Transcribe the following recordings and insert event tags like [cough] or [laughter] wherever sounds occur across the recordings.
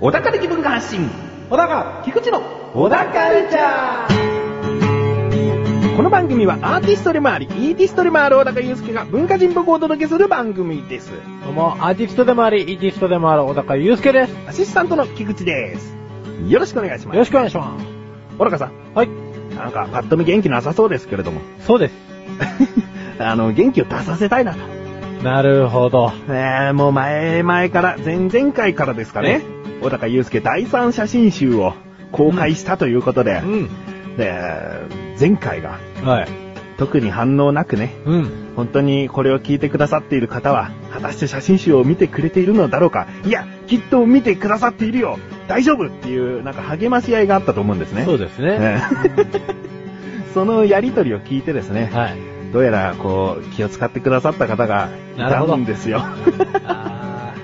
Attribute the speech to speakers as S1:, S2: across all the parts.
S1: 小高的文化発信
S2: 小高
S1: 菊池の
S2: 小高カルチャーこの番組はアーティストでもあり、イーティストでもある小高祐介が文化人僕をお届けする番組です。
S3: どうも、アーティストでもあり、イーティストでもある小高祐介です。よ
S2: アシスタントの菊池です。よろしくお願いします。
S3: ろしくお願いします。
S2: 小高さん、
S3: はい。
S2: なんかパッと見元気なさそうですけれども、 [laughs]
S3: そうです。
S2: あの、元気を出させたいなと。
S3: なるほど。
S2: えー、もう前々から、前々回からですかね、小高祐介第3写真集を公開したということで、
S3: ん。
S2: で、前回が
S3: はい。
S2: 特に反応なくね、
S3: うん。
S2: 本当にこれを聞いてくださっている方は、果たして写真集を見てくれているのだろうか、いや、きっと見てくださっているよ、大丈夫っていう、なんか励まし合いがあったと思うんですね。
S3: そうですね。
S2: ええ [laughs] そのやりとりを聞いてですね、
S3: [laughs] はい。
S2: どうやらこう、気を使ってくださった方がい
S3: なる
S2: た
S3: ほど
S2: んですよ。 [laughs]
S3: あ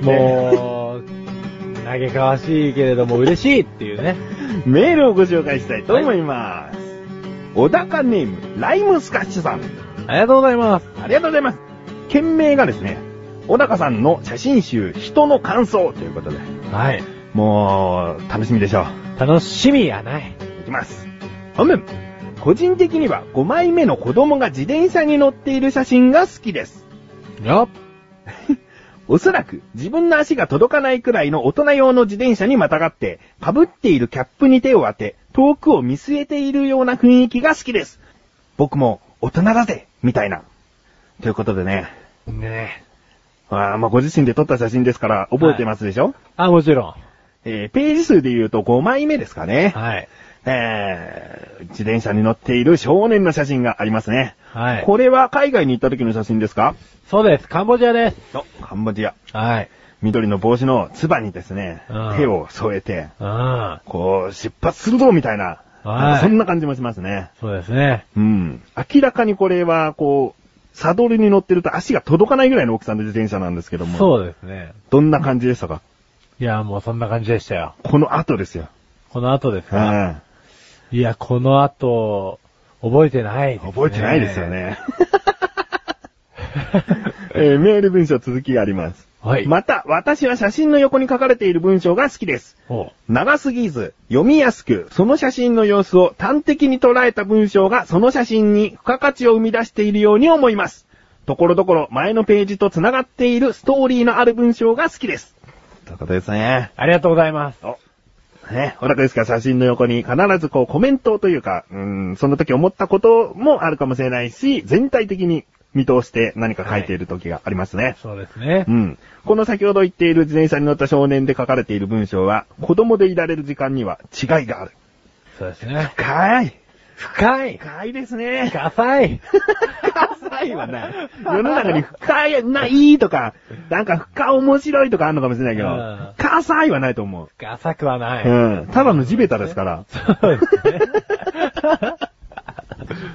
S3: ーもう、嘆かわしいけれども嬉しいっていう [laughs] ね。
S2: メールをご紹介したいと思います。小高ネーム、ライムスカッシュさん。
S3: ありがとうございます。
S2: ありがとうございます。件名がですね、小高さんの写真集、人の感想ということで、
S3: はい。
S2: もう、楽しみでしょう。
S3: 楽しみやない。
S2: いきます。本文。個人的には5枚目の子供が自転車に乗っている写真が好きです。
S3: よ
S2: おそらく自分の足が届かないくらいの大人用の自転車にまたがって、被っているキャップに手を当て、遠くを見据えているような雰囲気が好きです。僕も大人だぜみたいな。ということでね。
S3: っね
S2: あーまあご自身で撮った写真ですから覚えてますでしょ、
S3: え。あ、もちろん。
S2: えーページ数で言うと5枚目ですかね。
S3: はい。
S2: えー、自転車に乗っている少年の写真がありますね。
S3: はい。
S2: これは海外に行った時の写真ですか
S3: そうです。カンボジアです。
S2: のカンボジア。
S3: はい。
S2: 緑の帽子のつばにですね
S3: うん、
S2: 手を添えて、
S3: うん。
S2: こう、出発するぞみたいな、
S3: はい
S2: なんかそんな感じもしますね。
S3: そうですね。
S2: うん。明らかにこれは、こう、サドルに乗ってると足が届かないぐらいの大きさの自転車なんですけども、
S3: そうですね。
S2: どんな感じでしたか
S3: いや、もうそんな感じでしたよ。
S2: この後ですよ。
S3: この後です
S2: う
S3: か、
S2: ん。
S3: いや、この後、覚えてないですね、
S2: 覚えてないですよね。 [laughs] えーメール文章続きがあります。
S3: はい。
S2: また、私は写真の横に書かれている文章が好きです。
S3: おう
S2: 長すぎず、読みやすく、その写真の様子を端的に捉えた文章がその写真に付加価値を生み出しているように思います。ところどころ前のページと繋がっているストーリーのある文章が好きです。ということですね。
S3: ありがとうございます。
S2: お、ね、小高ですか写真の横に必ずこうコメントというか、うん、その時思ったこともあるかもしれないし、全体的に見通して何か書いている時がありますね。
S3: そうですね
S2: う。ん。この先ほど言っている自転車に乗った少年で書かれている文章は、子供でいられる時間には違いがある。
S3: そうですね。
S2: 深い
S3: 深い
S2: 深いですね。
S3: 深い
S2: 深いはない。世の中に深い、ないとか、なんか深面白いとかあるのかもしれないけ
S3: うん
S2: ど、深いはないと思う。
S3: 浅くはない。
S2: うん。ただの地べたです [laughs] から。
S3: そうですね。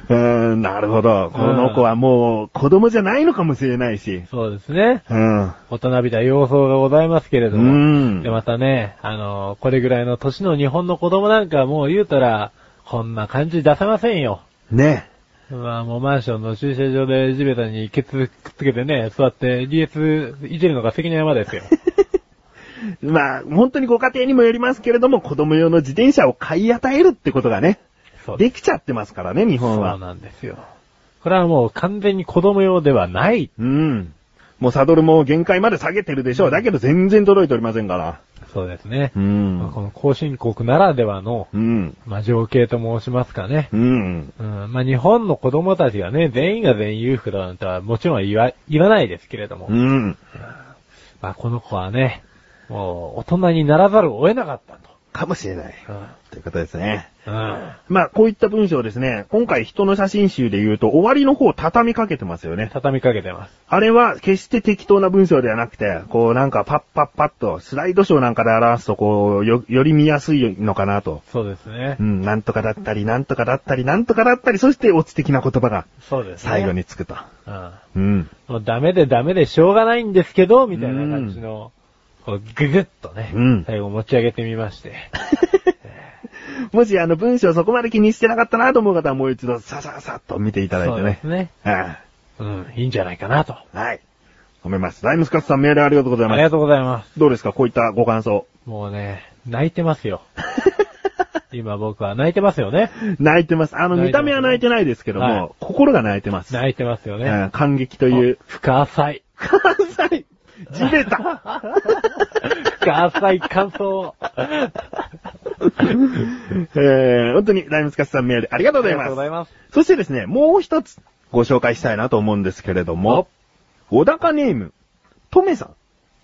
S2: うーん、なるほど。この子はもう子供じゃないのかもしれないし。
S3: [laughs] そうですね。
S2: うん。
S3: 大人びた様相がございますけれど
S2: う
S3: も。
S2: ん
S3: で、またね、あの、これぐらいの年の日本の子供なんかもう言うたら、こんな感じ出せませんよ。
S2: ね。
S3: まあもうマンションの駐車場で地べたにケツくっつけてね、座って DS いじるのが関の山
S2: [laughs]
S3: ですよ。
S2: まあ、本当にご家庭にもよりますけれども、子供用の自転車を買い与えるってことがね、
S3: そう
S2: できちゃってますからね、日
S3: そ
S2: 本
S3: う
S2: は。
S3: なんですよ。これはもう完全に子供用ではない。
S2: うん。もうサドルも限界まで下げてるでしょう。だけど全然届いておりませんから。
S3: そうですね。
S2: ん
S3: まあこの後進国ならではの、
S2: うん。
S3: まあ情景と申しますかね。
S2: うん。
S3: うん、まあ日本の子供たちがね、全員が全員裕福だなんてはもちろん言わ、言わないですけれども。
S2: うん。
S3: まあこの子はね、もう大人にならざるを得なかった
S2: かもしれない。
S3: と。
S2: ということですね。
S3: うん。うん。
S2: まあ、こういった文章をですね、今回人の写真集で言うと、終わりの方を畳みかけてますよね。
S3: 畳みかけてます。
S2: あれは決して適当な文章ではなくて、こうなんかパッパッパッとスライドショーなんかで表すとこうよ、より見やすいのかなと。
S3: そうですね
S2: う。ん、なんとかだったり、なんとかだったり、なんとかだったり、そしてオチ的な言葉が
S3: そうですね。
S2: 最後につくと。
S3: うん。
S2: うん。
S3: もうダメでダメでしょうがないんですけど、みたいな感じの、こうググッとね、
S2: うん
S3: 最後持ち上げてみまして。
S2: もしあの文章そこまで気にしてなかったなと思う方はもう一度さささっと見ていただい
S3: そ
S2: て
S3: うで
S2: ね
S3: す。ね。
S2: は
S3: うん、いいんじゃないかなと。あ
S2: いはい。褒めます。ライムスカッツさんメールありがとうござい
S3: り
S2: ま
S3: が
S2: す。
S3: とうございます。
S2: どうですかこういったご感想。
S3: もうね、泣いてま
S2: [laughs]
S3: すよ。今僕は泣いてますよね。
S2: 泣いてます。あの、見た目は泣いてないですけども、
S3: はい
S2: 心が泣いてます。
S3: 泣いてますよ
S2: う
S3: ね。
S2: ん感激という。
S3: 深浅い。
S2: 関
S3: [laughs]
S2: 西地べた
S3: 深浅い感想。
S2: えー、本当にライムスカッツさんメールありがとうございます。
S3: います。
S2: そしてですね、もう一つご紹介したいなと思うんですけれども、小高ネーム、とめさ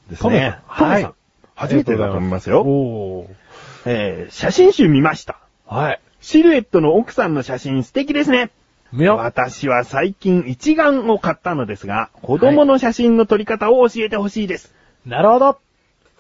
S2: んです
S3: トメ
S2: ね。
S3: さん
S2: はい
S3: はい
S2: 初めてだと思いますよ。
S3: おー。
S2: えー、写真集見ました。
S3: はい。
S2: シルエットの奥さんの写真素敵ですね。
S3: みよ
S2: 私は最近一眼を買ったのですが、子供の写真の撮り方を教えてほしいです。
S3: なるほど。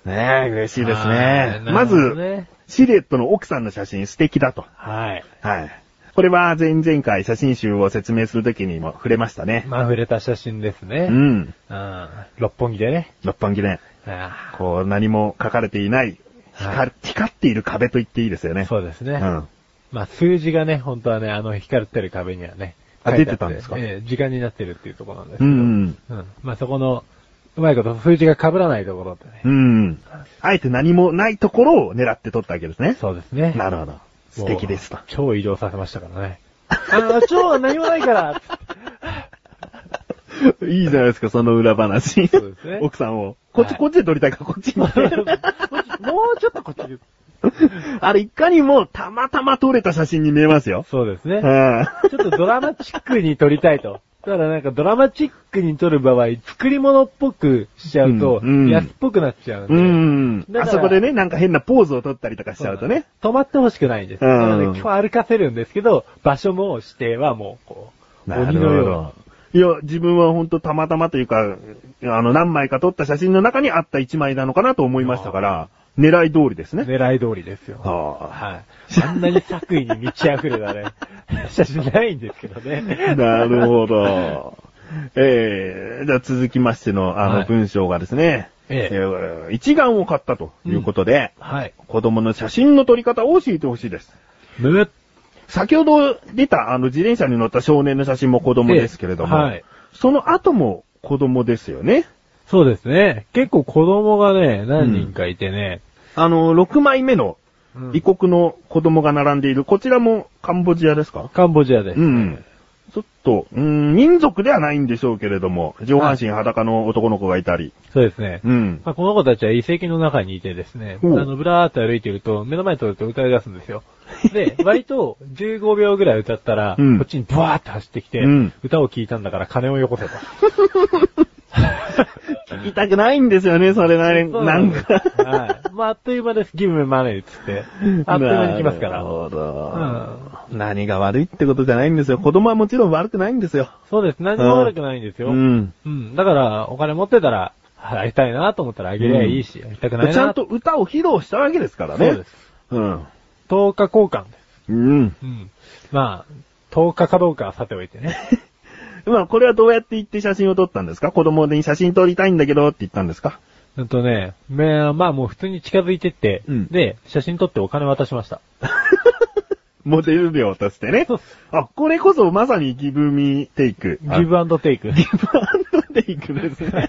S2: ねえ、嬉しいです
S3: は
S2: ね
S3: い。
S2: ま
S3: なるほど
S2: ず、
S3: ね
S2: シルエットの奥さんの写真素敵だと。
S3: はい。
S2: はい。これは前々回写真集を説明するときにも触れましたね。
S3: まあ、触れた写真ですね。
S2: うん。
S3: うん。六本木でね。
S2: 六本木ね。
S3: あ
S2: こう何も書かれていない、
S3: はい
S2: 光光っている壁と言っていいですよ
S3: あ
S2: ね。
S3: そうですね。
S2: うん。
S3: まあ、数字がね、本当はね、あの、光ってる壁にはね。
S2: あ
S3: 書いてあ
S2: 出て
S3: って
S2: たんですか
S3: ええ時間になってるっていうところなんですけ
S2: う
S3: ど。
S2: ん
S3: うん。まあ、そこの、うまいこと数字が被らないところってね
S2: う。ん。うん。あえて何もないところを狙って撮ったわけですね。
S3: そうですね。
S2: なるほど。素敵ですと
S3: [laughs] もう。超移動させましたか
S2: [laughs]
S3: らね。あの、超は何もないから。
S2: いいじゃないですか、その裏話。
S3: そうですね
S2: 奥さんを。こっち、
S3: はい
S2: こっちで撮りたいから、こっちに
S3: も。うちょっとこっちで。
S2: あれ、いかにもたまたま撮れた写真に見えますよ。
S3: そうです
S2: う
S3: ね。
S2: ん。
S3: ちょっとドラマチックに撮りたいと。ただなんかドラマチックに撮る場合、作り物っぽくしちゃうと、
S2: うんうん
S3: 安っぽくなっちゃうんで。
S2: うん。
S3: だ
S2: あ
S3: から
S2: そこでね、なんか変なポーズを取ったりとかしちゃうとね。
S3: 止まってほしくないんです。
S2: うん
S3: なので今日は歩かせるんですけど、場所も指定はもう、こう、鬼のよ
S2: いや、自分はほんとたまたまというか、あの、何枚か撮った写真の中にあった一枚なのかなと思いましたから、狙い通りです
S3: う
S2: ね。
S3: な狙い通りですよ。
S2: は
S3: はい。あんなに作為に満ち溢れ
S2: [laughs]
S3: たね、写真ないんですけど
S2: あ、
S3: ね。
S2: なるほど。えー、じゃあ続きましての、あ
S3: は
S2: の、
S3: い
S2: 文章がですね、
S3: ええ
S2: ー一眼を買ったということで、
S3: はい。
S2: 子供の写真の撮り方を教えてほしいです。
S3: む
S2: 先ほど出た、あの、自転車に乗った少年の写真も子供ですけれども、
S3: ええはい
S2: その後も子供ですよね。
S3: そうですね。結構子供がね、何人かいてね。
S2: あの、6枚目の
S3: うん
S2: 異国の子供が並んでいる、こちらもカンボジアですか
S3: カンボジアです。
S2: うん。ちょっと、うん、民族ではないんでしょうけれども、上半身裸の男の子がいたり、
S3: そうですね。
S2: うん。
S3: まあ、この子たちは遺跡の中にいてですね、あ
S2: ほう
S3: の、ぶらーって歩いてると、目の前に通ると歌い出すんです
S2: [laughs]
S3: よ。で、割と15秒ぐらい歌ったら、
S2: うん
S3: こっちにブワーって走ってきて、
S2: うん
S3: 歌を聴いたんだから金をよこせと。
S2: 聞きたくないんですよね、それなり
S3: そう
S2: なん
S3: です
S2: か。
S3: はい。まあ、あっという間です。ギブメマネーっつ
S2: [laughs]
S3: って。あっという間に来ますか
S2: なる
S3: ら。
S2: ほど。何が悪いってことじゃないんですよ。子供はもちろん悪くないんですよ。
S3: そうです。何も悪くないんですよ。
S2: う
S3: うん。
S2: ん。
S3: だから、お金持ってたら、払いたいなと思ったらあげりゃいいし、あげたくないな。
S2: ちゃんと。歌を披露したわけですからね。
S3: そうです。
S2: うん。
S3: 10日交換です。
S2: うん。
S3: うん。まあ、10日かどうかはさておいてね。
S2: まあ、これはどうやって行って写真を撮ったんですか子供に写真撮りたいんだけどって言ったんですか
S3: うんとね、めまあもう普通に近づいてって、
S2: うん
S3: で、写真撮ってお金渡しました。
S2: モデル料としてね
S3: そうっ。
S2: あ、これこそまさにギブミテイク。
S3: ギブアン
S2: [laughs]
S3: ドテイク。
S2: ギブアンドテイクですね。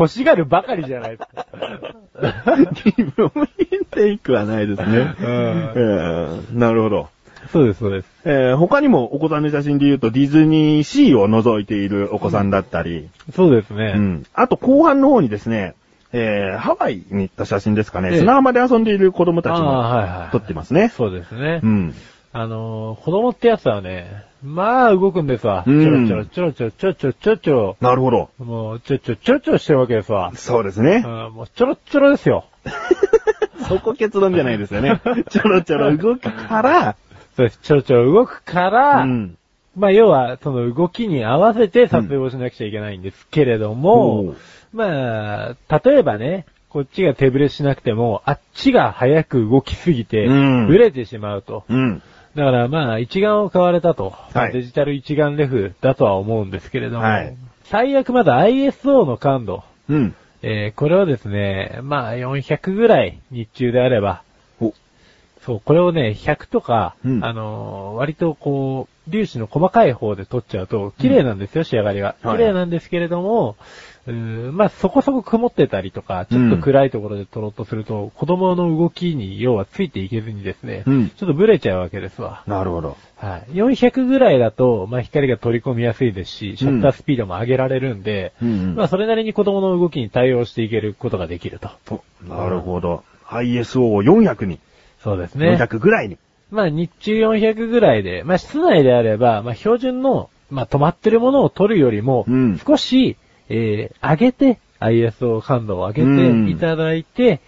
S3: 欲しがるばかりじゃないですか。
S2: ギブミテイクはないですね。
S3: うん
S2: うんなるほど。
S3: そうです、そうです。
S2: えー他にもお子さんの写真で言うとディズニーシーを覗いているお子さんだったり、
S3: そうですね。
S2: うんあと後半の方にですね、えーハワイに行った写真ですかね、
S3: ええ
S2: 砂浜で遊んでいる子供たち
S3: あ
S2: も
S3: あ、はいはい。
S2: 撮ってますね。
S3: そうですね。
S2: うん。
S3: あのー、子供ってやつはね、まあ動くんですわ。ち
S2: う
S3: ょろ
S2: ん
S3: ちょろちょろちょろちょろちょろちょろちょ
S2: なるほど。
S3: ろ。もう、ちょろちょろちょろちょろしてるわけですわ。
S2: そうですね。
S3: うん、もうちょろちょろですよ。
S2: そこ結論じゃないですよ [laughs] ね。ちょろちょろ動くから、
S3: そうです。ちょろちょろ動くから、
S2: うん。
S3: まあ、要は、その動きに合わせて撮影をしなくちゃいけないんですけれども、
S2: うん
S3: まあ、例えばね、こっちが手ぶれしなくても、あっちが早く動きすぎて、
S2: うん
S3: ブレてしまうと。
S2: うん。
S3: だからまあ、一眼を買われたと。
S2: い
S3: デジタル一眼レフだとは思うんですけれども、
S2: はい
S3: 最悪まだ ISO の感度、
S2: うん。
S3: えーこれをですね、まあ、400ぐらい日中であれば、
S2: お
S3: そう、これをね、100とか、
S2: うん
S3: あのー割とこう、粒子の細かい方で取っちゃうと、綺麗なんですよ、仕上がりが。
S2: はい
S3: 綺麗なんですけれども、うーんまあ、そこそこ曇ってたりとか、ちょっと暗いところで取ろうとすると、子供の動きに、要はついていけずにですね、
S2: うん
S3: ちょっとブレちゃうわけですわ。
S2: なるほど。
S3: はい。400ぐらいだと、まあ、光が取り込みやすいですし、シャッタースピードも上げられるんで、
S2: うんうん
S3: まあ、それなりに子供の動きに対応していけることができると。
S2: おなるほど。ISO を400に、
S3: そうですね。
S2: 400ぐらいに。
S3: まあ日中400ぐらいで、まあ室内であれば、まあ標準の、まあ止まってるものを取るよりも
S2: うん、
S3: 少し、えー、上げて、ISO 感度を上げていただいて、えー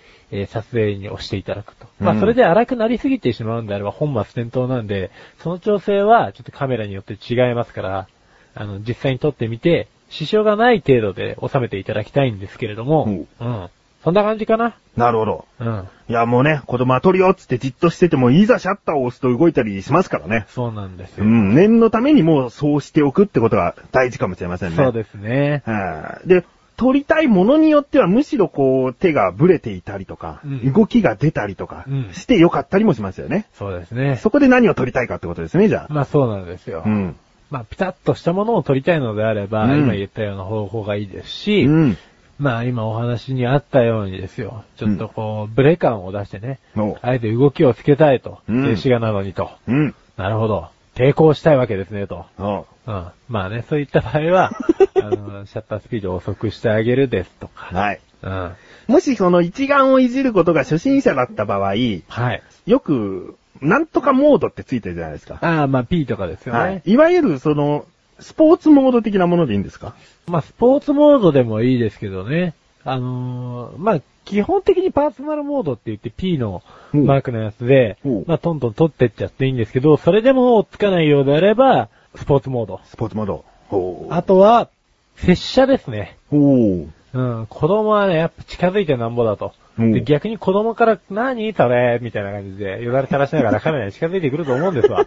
S3: 撮影に押していただくと。ま
S2: うん
S3: あそれで荒くなりすぎてしまうんであれば本末転倒なんで、その調整はちょっとカメラによって違いますから、あの、実際に撮ってみて、支障がない程度で収めていただきたいんですけれども、
S2: うん
S3: うん。そんな感じかな。
S2: なるほど。
S3: うん。
S2: いや、もうね、子供は取るよっつってじっとしてても、いざシャッターを押すと動いたりしますからね。
S3: そうなんです
S2: う
S3: よ。
S2: ん、念のためにもうそうしておくってことが大事かもしれませんね。
S3: そうですね。
S2: はいで、撮りたいものによってはむしろこう手がブレていたりとか、
S3: うん
S2: 動きが出たりとか
S3: うん
S2: してよかったりもしますよね。
S3: そうですね。
S2: そこで何を撮りたいかってことですね、じゃあ。
S3: [laughs] まあそうなんですよ。
S2: うん。
S3: まあピタッとしたものを撮りたいのであれば、
S2: うん
S3: 今言ったような方法がいいですし、
S2: うん。
S3: まあ今お話にあったようにですよ、ちょっとこう、ブレ感を出してね、
S2: おう
S3: あえて動きをつけたいと、
S2: うん
S3: 静止画なのにと、
S2: うん。
S3: なるほど、抵抗したいわけですねと。
S2: おう
S3: うん、まあね、そういった場
S2: [laughs]
S3: 合は、あの、シャッタースピードを遅くしてあげるですとか。
S2: はい。
S3: うん。
S2: もしその一眼をいじることが初心者だった場合、
S3: はい。
S2: よく、なんとかモードってついてるじゃないですか。
S3: ああ、まあ P とかですよね。
S2: はい。いわゆるその、スポーツモード的なものでいいんですか
S3: まあ、スポーツモードでもいいですけどね。あのーまあ、基本的にパーソナルモードって言って P の
S2: うん
S3: マークのやつで
S2: うん、
S3: まあ、トントン取ってっちゃっていいんですけど、それでもつかないようであれば、スポーツモード。
S2: スポーツモード。お
S3: あとは、拙者ですね。
S2: おお
S3: うん、子供はね、やっぱ近づいてなんぼだと。
S2: うん
S3: で逆に子供から、何それみたいな感じで、よだれ垂らしながらカメラに近づいてくると思うんで
S2: [laughs]
S3: すわ。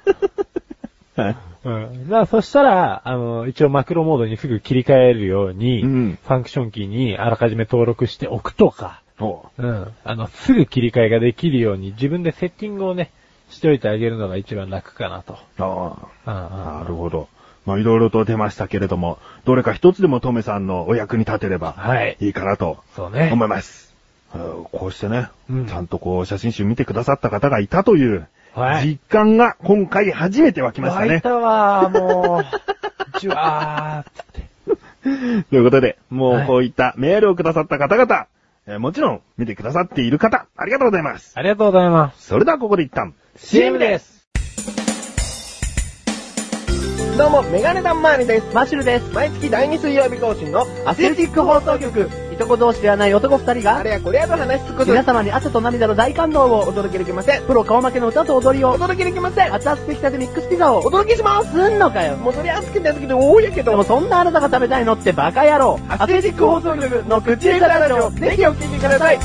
S2: はい。
S3: うん。まあ、そしたら、あの、一応マクロモードにすぐ切り替えるように、
S2: うん
S3: ファンクションキーにあらかじめ登録しておくとか、
S2: お
S3: うん。あの、すぐ切り替えができるように自分でセッティングをね、しておいてあげるのが一番楽かなと。
S2: あ
S3: うんうん
S2: あ。なるほど。まあ、いろいろと出ましたけれども、どれか一つでもトメさんのお役に立てれば
S3: はい。
S2: いいかなと
S3: そうね。
S2: 思います。うんこうしてね、
S3: うん
S2: ちゃんとこう写真集見てくださった方がいたという、
S3: はい
S2: 実感が今回初めて湧きました
S3: 湧い
S2: ね。
S3: たわー、も
S2: [laughs]
S3: う。じゅわーっつって。
S2: ということで、も
S3: は
S2: う
S3: い
S2: こういったメールをくださった方々、えーもちろん見てくださっている方、ありがとうございます。
S3: ありがとうございます。
S2: それではここで一旦、
S3: CM です。
S1: どうも、メガネタンマーニです。マシュルです。毎月第2水曜日更新のアスレチック放送局。
S4: いとこ同士ではない男二人
S1: あ
S4: が、
S1: れやこれやと話しつくこと
S4: 皆様に汗と涙の大感動
S1: お
S4: を、
S1: 届けできません。
S4: プロ顔負けの歌と踊り
S1: お
S4: を、
S1: 届けできません。
S4: 熱々できたてミックスピザ
S1: お
S4: を、
S1: 届けします。
S4: すんのかよ。
S1: もうそれ熱くて熱くて多いやけ
S4: でも
S1: ど。
S4: そんなあなたが食べたいのってバカ野郎。
S1: アスレチック放送局の口ネタラジオ、ぜひお聞きください。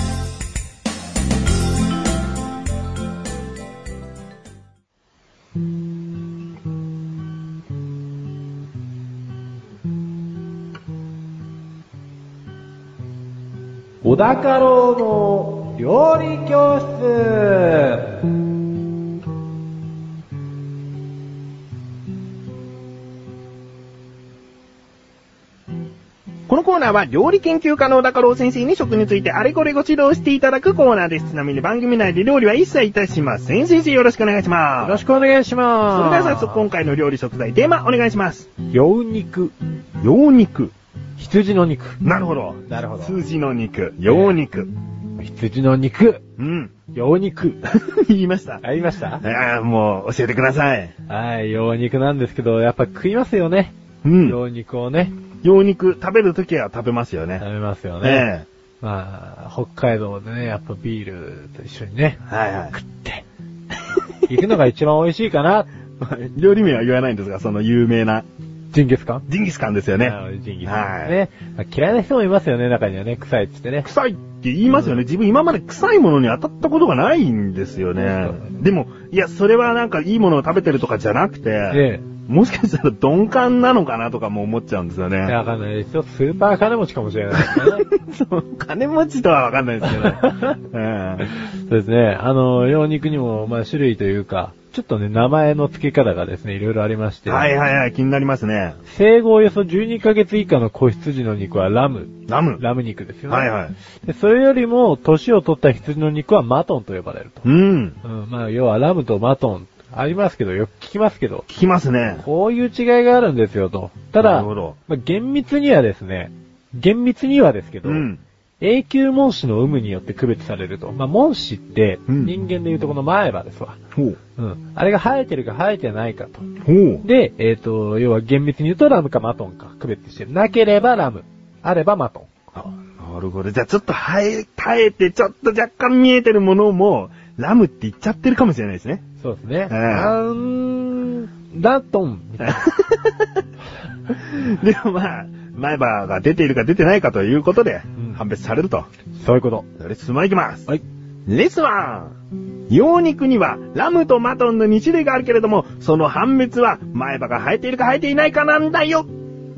S3: 小高郎の料理教室
S2: このコーナーは料理研究家の小高郎先生に食についてあれこれご指導していただくコーナーです。ちなみに番組内で料理は一切いたしません。先生よろしくお願いし
S3: よ
S2: ま
S3: ろ
S2: す。
S3: しくお願いし
S2: それ
S3: ま。
S2: ですは早速今回の料理食材テーマお願いします。
S3: 羊肉、
S2: 羊肉。
S3: 羊の肉。
S2: なるほど。
S3: なるほど
S2: 羊の肉。羊肉。
S3: 羊の肉、
S2: うん。
S3: 羊肉。
S2: [laughs] 言いました。
S3: ありました
S2: ああ、もう教えてください。
S3: はい、羊肉なんですけど、やっぱ食いますよね。
S2: うん。
S3: 羊肉をね、
S2: 羊肉食べるときは食べますよ
S3: 食
S2: ね。
S3: べますよね。
S2: え
S3: まあ、北海道でね、やっぱビールと一緒にね
S2: え。、はいはい。 [laughs]
S3: 行くのが一番美味しいかな。
S2: [laughs] 料理名は言わないんですが、その有名な
S3: ジンギスカン
S2: ジンギスカンですよね。
S3: はいジンギス
S2: は
S3: カン。
S2: い
S3: ね。まあ嫌いな人もいますよね、中にはね。臭いっつってね。
S2: 臭いって言いますよね。自分今まで臭いものに当たったことがないんですよね
S3: そう。
S2: でも、いや、それはなんかいいものを食べてるとかじゃなくて、
S3: ええ
S2: もしかしたら鈍感なのかなとかも思っちゃうんですよ
S3: いや
S2: ね。
S3: わかんないですよ。スーパー金持ちかもしれ [laughs] ないですね。
S2: [laughs] そう金持ちとはわかんないですけ
S3: [laughs]
S2: ど。うん
S3: そうですね。あの、羊肉にも、まあ、種類というか、ちょっとね、名前の付け方がですね、いろいろありまして。
S2: はいはいはい、気になりますね。
S3: 生後およそ12ヶ月以下の子羊の肉はラム。
S2: ラム。
S3: ラム肉ですよね。
S2: はいはい。
S3: でそれよりも、年を取った羊の肉はマトンと呼ばれると。
S2: うん。
S3: うん、まあ、要はラムとマトン、ありますけど、よく聞きますけど、
S2: 聞きますね。
S3: こういう違いがあるんですよと。た
S2: な
S3: だ、
S2: るほど。
S3: まあ、厳密にはですね、厳密にはですけど、
S2: うん。
S3: 永久紋歯の有無によって区別されると。まあ、紋歯って、
S2: うん
S3: 人間でいうとこの前歯ですわ。
S2: ほう。
S3: うん。あれが生えてるか生えてないかと。
S2: ほう。
S3: で、えっ、と、要は厳密に言うとラムかマトンか区別してる。なければラム。あればマトン。
S2: あなるほど。じゃあちょっと生え、耐えて、ちょっと若干見えてるものも、ラムって言っちゃってるかもしれないです
S3: [laughs]
S2: ね。
S3: そうですね。
S2: ええ
S3: あーん、ラトン。
S2: でもまあ、前歯が出ているか出てないかということで
S3: ん、
S2: 判別されると。
S3: そういうこと。
S2: レッスン1いきます。
S3: はい。
S2: レッスン 1! 羊肉にはラムとマトンの2種類があるけれども、その判別は前歯が生えているか生えていないかなんだよ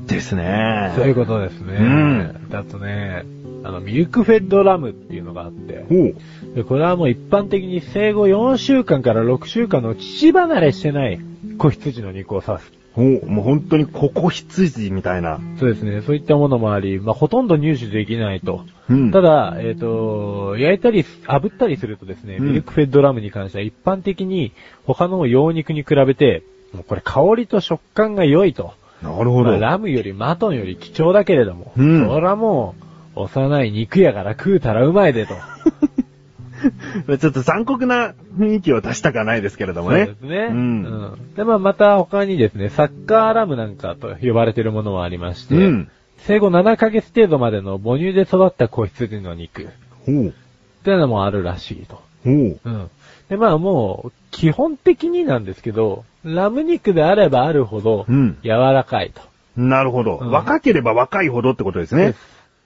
S2: ですね。
S3: そういうことですね。
S2: うん
S3: だとね、あの、ミルクフェッドラムっていうのがあって、
S2: ほう。
S3: でこれはもう一般的に生後4週間から6週間の乳離れしてない子羊の肉を指す。
S2: ほう。もう本当にここ羊みたいな。
S3: そうですね。そういったものもあり、まあ、ほとんど入手できないと。
S2: うん
S3: ただ、えっ、と、焼いたり、炙ったりするとですね、
S2: うん
S3: ミルクフェッドラムに関しては一般的に他の羊肉に比べて、もうこれ香りと食感が良いと。
S2: なるほ
S3: ま
S2: ど。
S3: あラムよりマトンより貴重だけれども、
S2: うん
S3: そらもう、幼い肉やから食うたらうまいでと。
S2: ちょっと残酷な雰囲気を出したかないですけれどもね。
S3: そうですね。
S2: うん。
S3: うんで、まあ、また他にですね、サッカーラムなんかと呼ばれているものもありまして、
S2: うん
S3: 生後7ヶ月程度までの母乳で育った子羊の肉
S2: ほう。
S3: っていうのもあるらしいと。
S2: ほう。
S3: うん。で、まあもう、基本的になんですけど、ラム肉であればあるほど
S2: うん、
S3: 柔らかいと。
S2: なるほど、
S3: うん
S2: 若ければ若いほどってことですね。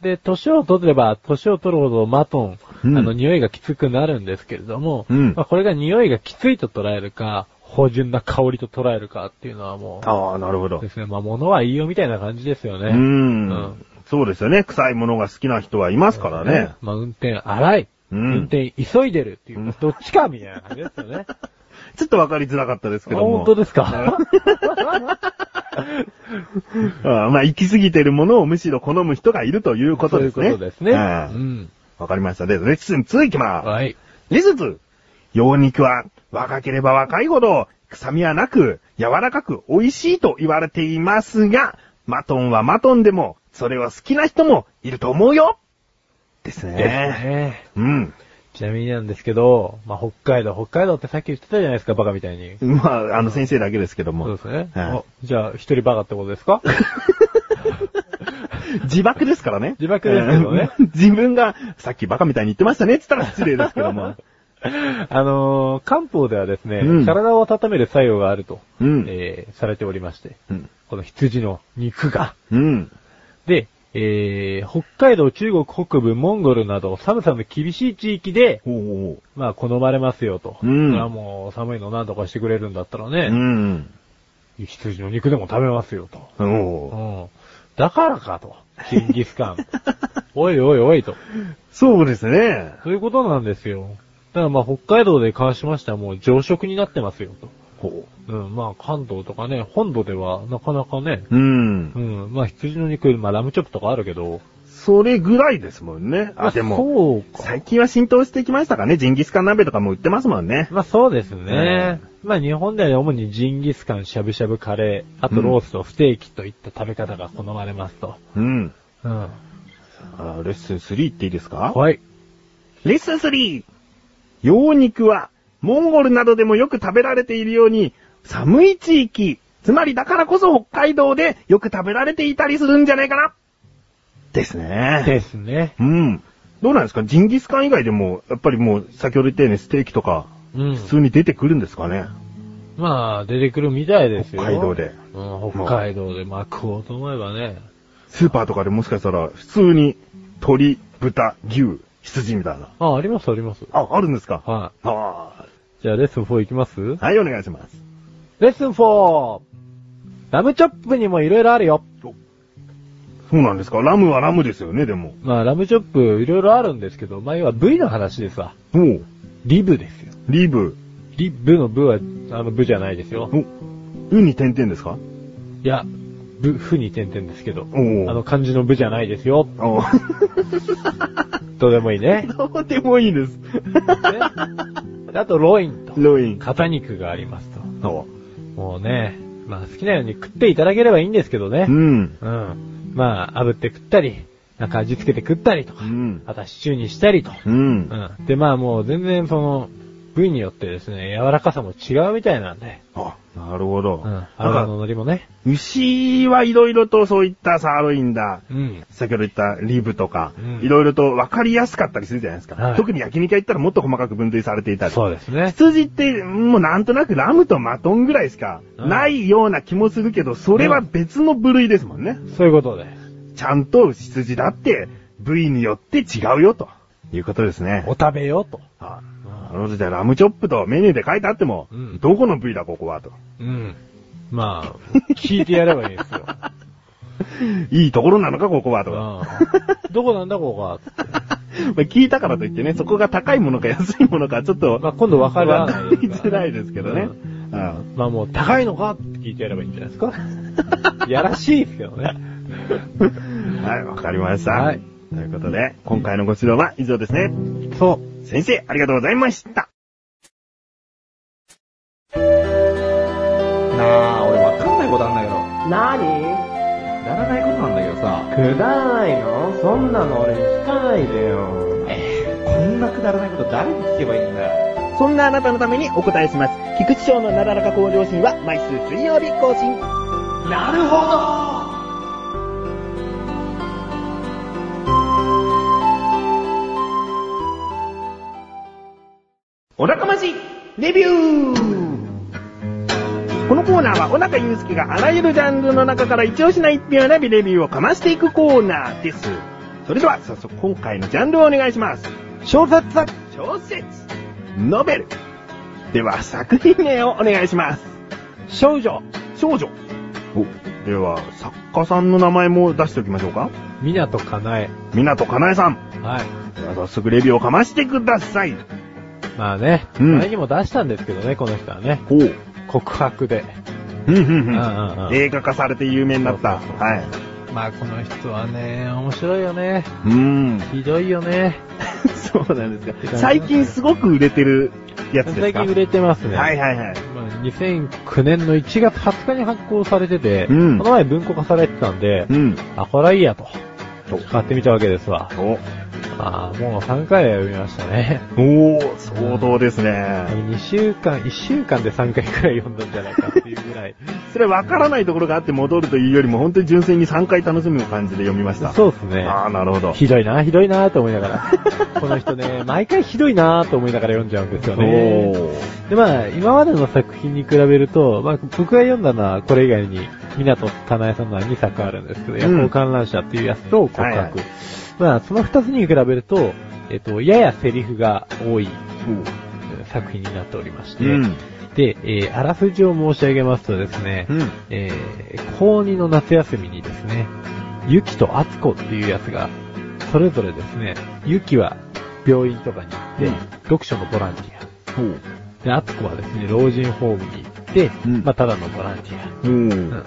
S3: で、年を取れば、年を取るほどマトン、
S2: うん
S3: あの、匂いがきつくなるんですけれども、
S2: うん
S3: まあ、これが匂いがきついと捉えるか、芳醇な香りと捉えるかっていうのはもう、
S2: ああ、なるほど。
S3: ですね。まあ、物はいいよみたいな感じですよ
S2: う
S3: ね。
S2: ーん,、
S3: うん
S2: そうですよね。臭いものが好きな人はいますからね。
S3: まあ、運転荒い。
S2: うん
S3: 運転急いでるっていう、
S2: うん
S3: どっちかみたいな感じですよ
S2: [laughs]
S3: ね。あ
S2: ちょっとわかりづらかったですけども。
S3: 本当です
S2: [laughs]
S3: か
S2: あーまあ、行き過ぎてるものをむしろ好む人がいるということですね。
S3: そういうことですね。
S2: う
S3: うんん。
S2: わかりました。で、レッスン2いきます。
S3: はい。
S2: レスズ羊肉は若ければ若いほど臭みはなく柔らかく美味しいと言われていますが、マトンはマトンでもそれを好きな人もいると思うよです
S3: です
S2: ね。
S3: ね。
S2: うん。
S3: ちなみになんですけど、まあ、北海道、北海道ってさっき言ってたじゃないですか、バカみたいに。
S2: まあ、あの先生だけですけど
S3: そう
S2: も
S3: で。すね。
S2: はい
S3: おじゃあ、一人バカってこと
S2: [laughs]
S3: ですか
S2: 自爆ですからね。
S3: 自爆ですけどね
S2: うん。自分がさっきバカみたいに言ってましたねって言ったら失礼ですけど
S3: [laughs]
S2: も。
S3: あのー、漢方ではですね、
S2: うん
S3: 体を温める作用があると、
S2: うん
S3: えーされておりまして、
S2: うん。
S3: この羊の肉が。
S2: うん。
S3: で、えー、北海道、中国北部、モンゴルなど、寒さの厳しい地域で、
S2: ほうほ
S3: まあ、好まれますよと。
S2: うん
S3: それはもう、寒いの何とかしてくれるんだったら
S2: う。う
S3: ね、
S2: ん。
S3: 羊の肉でも食べますよと。
S2: お
S3: う
S2: ー
S3: ん。だからかと。ジンギスカン。 [laughs] おいおいおいと。
S2: そうですね。
S3: そういうことなんですよ。だからまあ、北海道で関しましてはもう常食になってますよと。
S2: ほ
S3: うん、まあ、関東とかね、本土ではなかなかね、
S2: う。うん
S3: う。ん、まあ、羊の肉より、まあ、ラムチョップとかあるけど、
S2: それぐらいですもんね。あ、でも、
S3: そうか。
S2: 最近は浸透してきましたかね。ジンギスカン鍋とかも売ってますもんね。
S3: まあそうですね。まあ日本では主にジンギスカン、しゃぶしゃぶカレー、あとロースト、ステーキといった食べ方が好まれますと。
S2: うん。
S3: うん。
S2: あレッスン3っていいですか
S3: はい。
S2: レッスン 3! 羊肉は、モンゴルなどでもよく食べられているように、寒い地域、つまりだからこそ北海道でよく食べられていたりするんじゃないかなですね。
S3: ですね。
S2: うん。どうなんですかジンギスカン以外でも、やっぱりもう、先ほど言ったようにステーキとか、
S3: うん。
S2: 普通に出てくるんですかね、
S3: まあ出てくるみたいですよ。
S2: 北海道で。
S3: うん、北海道で、まあ食おうと思えばね。
S2: スーパーとかでもしかしたら、普通に、鶏、豚、牛、羊みたいな。
S3: あ、ありますあります。
S2: あ、あるんですか
S3: は
S2: は
S3: じゃあレッスン4いきます
S2: い。はい、お願いします。
S3: レッスン 4! ラムチョップにもいろいろあるよ。
S2: そうなんですかラムはラムですよね、でも。
S3: まあ、ラムチョップいろいろあるんですけど、まあ、要は部位の話ですわ。
S2: おう。
S3: リブですよ。
S2: リブ。
S3: リブのブは、あの、ブじゃないですよ。
S2: お、うに点々ですか
S3: いや、ブ、ふに点々ですけど。
S2: おう
S3: あの、漢字のブじゃないですよ。
S2: おう
S3: どうでもいい [laughs] ね。
S2: どうでもいいです。
S3: ねあと、ロインと。
S2: [laughs] ロイン。
S3: 肩肉がありますと。
S2: そ
S3: もうね、まあ好きなように食っていただければいいんですけどね
S2: う。。ん。
S3: うん。まあ、炙って食ったり、なんか味付けて食ったりとか、
S2: うん
S3: あとはシチューにしたりと。
S2: う。
S3: うんん。で、まあもう全然その、部位によってですね、柔らかさも違うみたいなんで。
S2: あ、なるほど。
S3: うん。
S2: なん
S3: 油の
S2: か、
S3: 海苔もね。
S2: 牛はいろいろとそういったサーロインだ。
S3: うん。
S2: 先ほど言ったリブとか
S3: うん、
S2: いろいろと分かりやすかったりするじゃないですか。
S3: はい
S2: 特に焼肉屋行ったらもっと細かく分類されていたり。
S3: そうですね。
S2: 羊って、もうなんとなくラムとマトンぐらいしか
S3: うん
S2: ないような気もするけど、それは別の部類ですもんね。
S3: そういうことで。
S2: ちゃんと羊だって部位によって違うよということですね
S3: お。食べよと。
S2: あなるほど。じゃあラムチョップとメニューで書いてあっても、
S3: うん
S2: どこの部位だここはと。
S3: うん。まあ、聞いてやればいいんです [laughs] よ。
S2: いいところなのかここはとか。
S3: うん。どこなんだここが。
S2: まあ聞いたからといってね、そこが高いものか安いものかちょっと、
S3: まあ今度分から
S2: わ
S3: ない
S2: かりづらいですけどね。
S3: うん
S2: うん
S3: まあもう高いのかって聞いてやればいいんじゃない [laughs] ですか。やらしいですけどね。
S2: はい、わかりました。
S3: はい
S2: ということで、今回のご指導は以上ですね。
S3: そ
S2: 先生、ありがとうございまし
S5: な
S2: た。
S5: あ、俺わかんないことあんだけど、
S1: なに
S5: くだらないことなんだけどさ、
S1: くだらないのそんなの俺に聞かないでよ。
S5: こんなくだらないこと誰に聞けばいいんだよ。
S1: そんなあなたのためにお答えします。菊池賞のなだらか向上心は毎週水曜日更新。
S5: なるほど
S2: お腹まじレビューこのコーナーは小中祐介があらゆるジャンルの中から一押しな一品を選びレビューをかましていくコーナーです。それでは早速今回のジャンルをお願いします。
S3: う。小説作
S2: 小説、ノベル。では作品名をお願いします。
S3: 少女
S2: 少女。お、では作家さんの名前も出しておきましょうか。
S3: 港かなえ。
S2: 港かなえさん。
S3: はい。
S2: では早速レビューをかましてください。
S3: まあね、
S2: うん
S3: 前にも出したんですけどね、この人はね。
S2: ほう。
S3: 告白で。
S2: うんうん
S3: うんう
S2: うん。
S3: んう
S2: [laughs]
S3: ん
S2: 映画化されて有名になった。
S3: そうそうそう
S2: はい。
S3: まあこの人はね、面白いよね。
S2: うーん。
S3: ひどいよね。
S2: [laughs] そうなんです [laughs] か。最近すごく売れてるやつです
S3: 最
S2: か
S3: 近売れてますね。
S2: はいはいはい。
S3: まあ2009年の1月20日に発行されてて、
S2: うん
S3: この前文庫化されてたんで、
S2: うん。
S3: あ、これはいいやと。
S2: お
S3: 買ってみたわけですわ。
S2: お
S3: まあ、もう3回は読みましたね。
S2: おー、相当ですね。
S3: 2週間、1週間で3回くらい読んだんじゃないかっていうぐ
S2: [laughs]
S3: らい。
S2: それ分からないところがあって戻るというよりも、本当に純粋に3回楽しむ感じで読みました。
S3: そうですね。
S2: ああ、なるほど。
S3: ひどいな、ひどいなと思いながら。 [laughs] この人ね、毎回ひどいなと思いながら読んじゃうんですよね。
S2: おー。
S3: で、まあ、今までの作品に比べると、まあ、僕が読んだのは、これ以外に、港かなえさんのは2作あるんですけど、夜行観覧車っていうやつと告白。
S2: はいはい
S3: まあ、その2つに比べると、えっと、ややセリフが多いえー作品になっておりまして、
S2: うん。
S3: で、えーあらすじを申し上げますとですね、
S2: うん。
S3: えー高2の夏休みにですね、ゆきとあつこっていうやつが、それぞれですね、ゆきは病院とかに行って、
S2: うん
S3: 読書のボランティ
S2: ほう。
S3: ア。で、あつこはですね、老人ホームに行って、
S2: うん
S3: まあ、ただのボランティア。
S2: ほう。
S3: う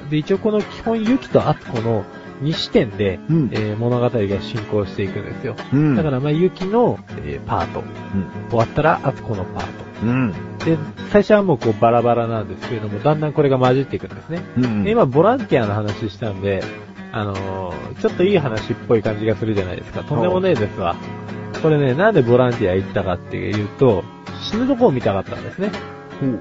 S3: んで、一応この基本ゆきとあつこの2視点で、
S2: うん
S3: えー物語が進行していくんですよ。
S2: うん。
S3: だから、まあ、ゆきの、えーパート。
S2: うん。
S3: 終わったら、あつこのパート。
S2: うん。
S3: で、最初はもうこうバラバラなんですけれども、だんだんこれが混じっていくんですね。
S2: うん。
S3: で今、ボランティアの話したんで、あのーちょっといい話っぽい感じがするじゃないですか。とんでもねえですわ。これね、なんでボランティア行ったかっていうと、死ぬとこを見たかったんですね。
S2: ほう。
S3: うん。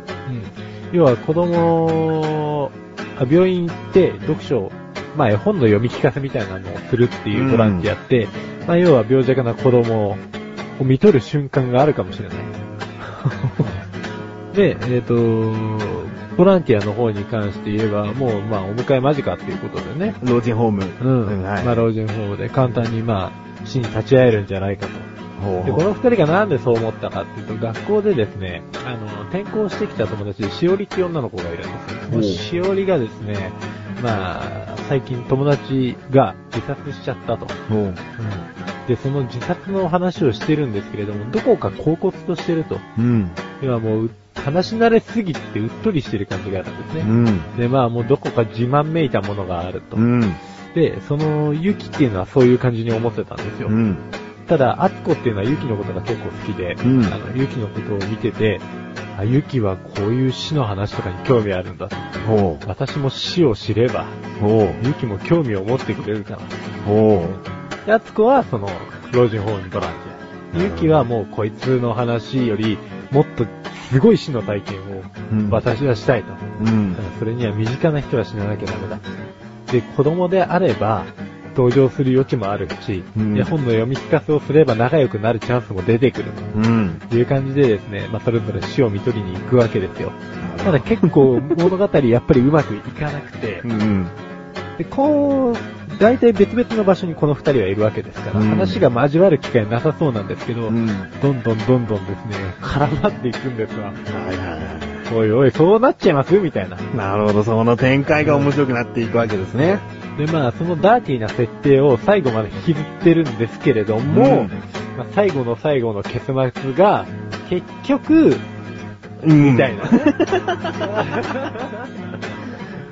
S3: 要は子供、あ病院行って読書を、まあ絵本の読み聞かせみたいなのをするっていうボランティアって、まあ要は病弱な子供を見とる瞬間があるかもしれない。で、えっ、と、ボランティアの方に関して言えば、もうまあお迎え間近っていうことでね。
S2: 老人ホーム。
S3: うん。
S2: はい。
S3: まあ老人ホームで簡単にまあ死に立ち会えるんじゃないかと。
S2: ほう
S3: で、この二人がなんでそう思ったかっていうと、学校でですね、あの、転校してきた友達で、しおりっていう女の子がいるんですよ。
S2: おう
S3: しおりがですね、まあ、最近友達が自殺しちゃったと。
S2: もう、
S3: で、その自殺の話をしてるんですけれども、どこか恍惚としてると。
S2: うん、
S3: 今もう、話し慣れすぎてうっとりしてる感じがあるんです
S2: う
S3: ね。
S2: ん、
S3: で、まあもうどこか自慢めいたものがあると
S2: う。ん、
S3: で、そのユキっていうのはそういう感じに思ってたんですよ
S2: う。ん、
S3: ただ、アツコっていうのはユキのことが結構好きで、
S2: うん
S3: あのユキのことを見てて、あ、ユキはこういう死の話とかに興味あるんだ。
S2: ほ
S3: 私も死を知れば、
S2: う、ほ
S3: ユキも興味を持ってくれるかな。
S2: う、ほ
S3: で、アツコはその、老人ホームにボランティア。ユキはもうこいつの話より、もっとすごい死の体験を
S2: う、うん、
S3: 私はしたいと。
S2: う、うん
S3: だか、らそれには身近な人は死ななきゃダメだ。で、子供であれば、登場する余地もあるし、
S2: うん
S3: 絵本の読み聞かせをすれば仲良くなるチャンスも出てくる
S2: うん、
S3: という感じでですね、まあ、それぞれ死を見取りに行くわけですよ。ただ結構物語やっぱりうまくいかなくて
S2: う、ん、
S3: で、こう、大体別々の場所にこの二人はいるわけですから、
S2: うん
S3: 話が交わる機会なさそうなんですけど、
S2: うん、
S3: どんどんどんどんですね、絡まっていくんですが、
S2: はいはいは
S3: おいおい、そうなっちゃいますみたいな。
S2: い。なるほど、その展開が面白くなっていくわけですね。
S3: で、まあ、そのダーティーな設定を最後まで引きずってるんですけれども、
S2: うん
S3: まあ、最後の最後の結末が、結局、
S2: うん
S3: み
S2: [laughs]
S3: たいな。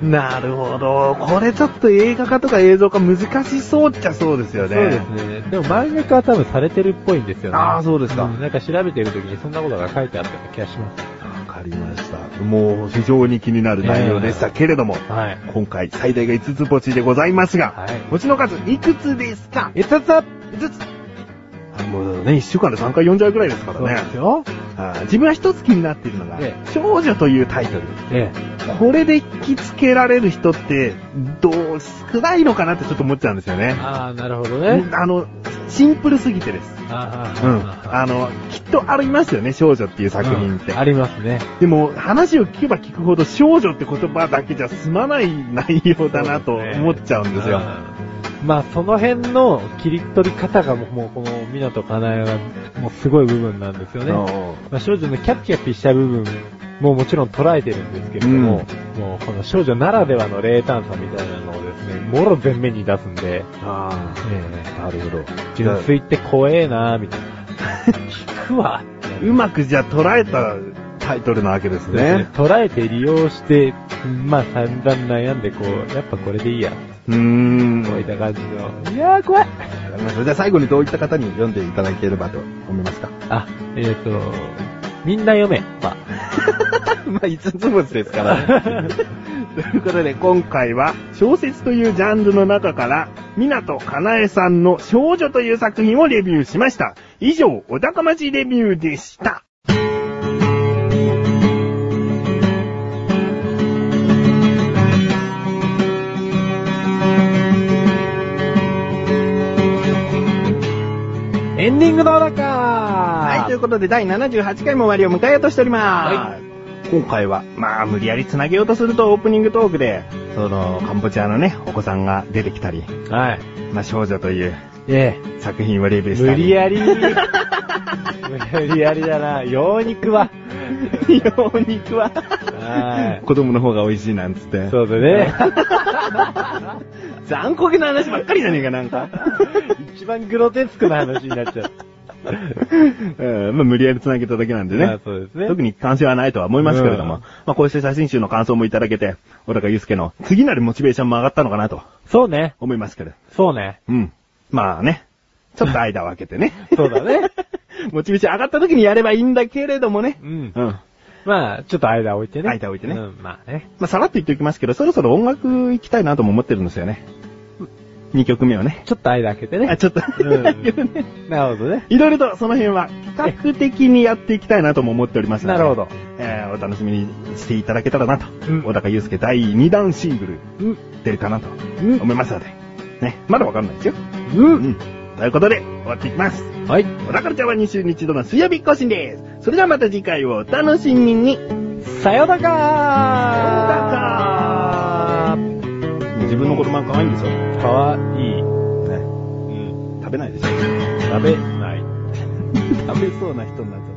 S2: なるほど。これちょっと映画化とか映像化難しそうっちゃそうですよね。
S3: そうですね。でも漫画化は多分されてるっぽいんですよね。
S2: ああ、そうですか。
S3: うんなんか調べてる時にそんなことが書いてあったような気がします。
S2: わかりました。もう非常に気になる内容でしたけれども、
S3: はい。
S2: 今回最大が5つ星でございますが、
S3: はい。
S2: 星の数いくつですか
S3: えつつ
S2: 5つあもうね、1週間で3回読んじゃうくらいですから
S3: そう
S2: ね
S3: です。よ。
S2: あー自分は一つ気になっているのが、
S3: え
S2: 少女というタイトル。
S3: え
S2: これで引きつけられる人って、どう、少ないのかなってちょっと思っちゃうんですよ
S3: え。
S2: ね。
S3: ああ、なるほど
S2: う
S3: ね。
S2: んあの、シンプルすぎてです。
S3: あーあ
S2: う
S3: ー、
S2: ん。
S3: あー
S2: あの、きっとありますよね、少女っていう作品って。
S3: うんありますね。
S2: でも、話を聞けば聞くほど少女って言葉だけじゃ済まない内容だなと
S3: そうですね
S2: 思っちゃうんですよ。
S3: うんまあ、その辺の切り取り方がもう、もうこの、港かなえは、もうすごい部分なんですよね。まあ、少女のキャピキャピした部分ももちろん捉えてるんですけれども、もうこの少女ならではの冷淡さみたいなのをですね、もろ全面に出すんで、
S2: あなるほど。
S3: 純粋って怖えなみたいな。聞くわってなる
S2: うまくじゃあ捉えたタイトルなわけですね。
S3: 捉えて利用して、まあ散々悩んでこう、やっぱこれでいいや、
S2: うーん。
S3: こういった感じの、いやー怖い
S2: じゃあ最後にどういった方に読んでいただければと思いますか。
S3: あ、えっ、と、みんな読め。ま
S2: [laughs] まあ、五つ星ですから。 [laughs] ということで、今回は、小説というジャンルの中から、港かなえさんの少女という作品をレビューしました。以上、お高まちレビューでした。
S3: エンディングのお中
S2: はい、
S3: は
S2: ということで、第78回も終わりを迎えようとしております。今回は、まあ、無理やり繋げようとすると、オープニングトークで、その、カンボジアのね、お子さんが出てきたり、
S3: い。はい。
S2: まあ、少女という
S3: え
S2: 作品をレビュ
S3: え。
S2: ーした
S3: 無
S2: り。
S3: 理やり。無理やりだな。洋肉は。
S2: り。肉は、
S3: は
S2: 子供の方が美味しいなんつって
S3: い。。そうだね。
S2: 残酷な話ばっかりじゃねえか、なん
S3: [laughs]
S2: か。
S3: 一番グロテスクな話になっちゃう。
S2: うんまあ、無理やり繋げただけなんで
S3: まあ
S2: ね。
S3: そうですね。
S2: 特に関心はないとは思いますけれども、
S3: うん
S2: まあこうして写真集の感想もいただけて、小高祐介の次なるモチベーションも上がったのかなと
S3: そうね。
S2: 思いますけど。
S3: そうね。
S2: うん。まあね、ちょっと間を空けて
S3: [laughs]
S2: ね。
S3: そうだ
S2: [laughs]
S3: ね。
S2: モチベーション上がった時にやればいいんだけれどもね。
S3: うん
S2: う。ん。ま
S3: まあ、ちょっと間置いてね。
S2: 間置いてね
S3: うん、まあね。
S2: あさらっと言っておきますけど、そろそろ音楽行きたいなとも思ってるんですよね。2曲目をね。
S3: ちょっと間開けて
S2: あ、
S3: ね。
S2: ちょっと。
S3: うん
S2: だけどね
S3: なるほどね。
S2: [laughs] いろいろとその辺は企画的にやっていきたいなとも思っておりますの
S3: な
S2: で。
S3: るほど。
S2: えーお楽しみにしていただけたらなと。
S3: うん
S2: 小高祐介第2弾シングル
S3: うん。
S2: 出るかなと
S3: うん
S2: 思いますので。ね、まだわかんないですよ。
S3: う。
S2: うんん。ということで、終わっていきます。
S3: はい。
S2: 小高ちゃんは2週に一度の水曜日更新です。それではまた次回をお楽しみに。
S3: さよなら
S2: さ自分の言葉可愛いんですよ。ね。
S3: かわいい。
S2: 食べないでしょ。
S3: 食べない。
S2: [laughs] 食べそうな人になっちゃう。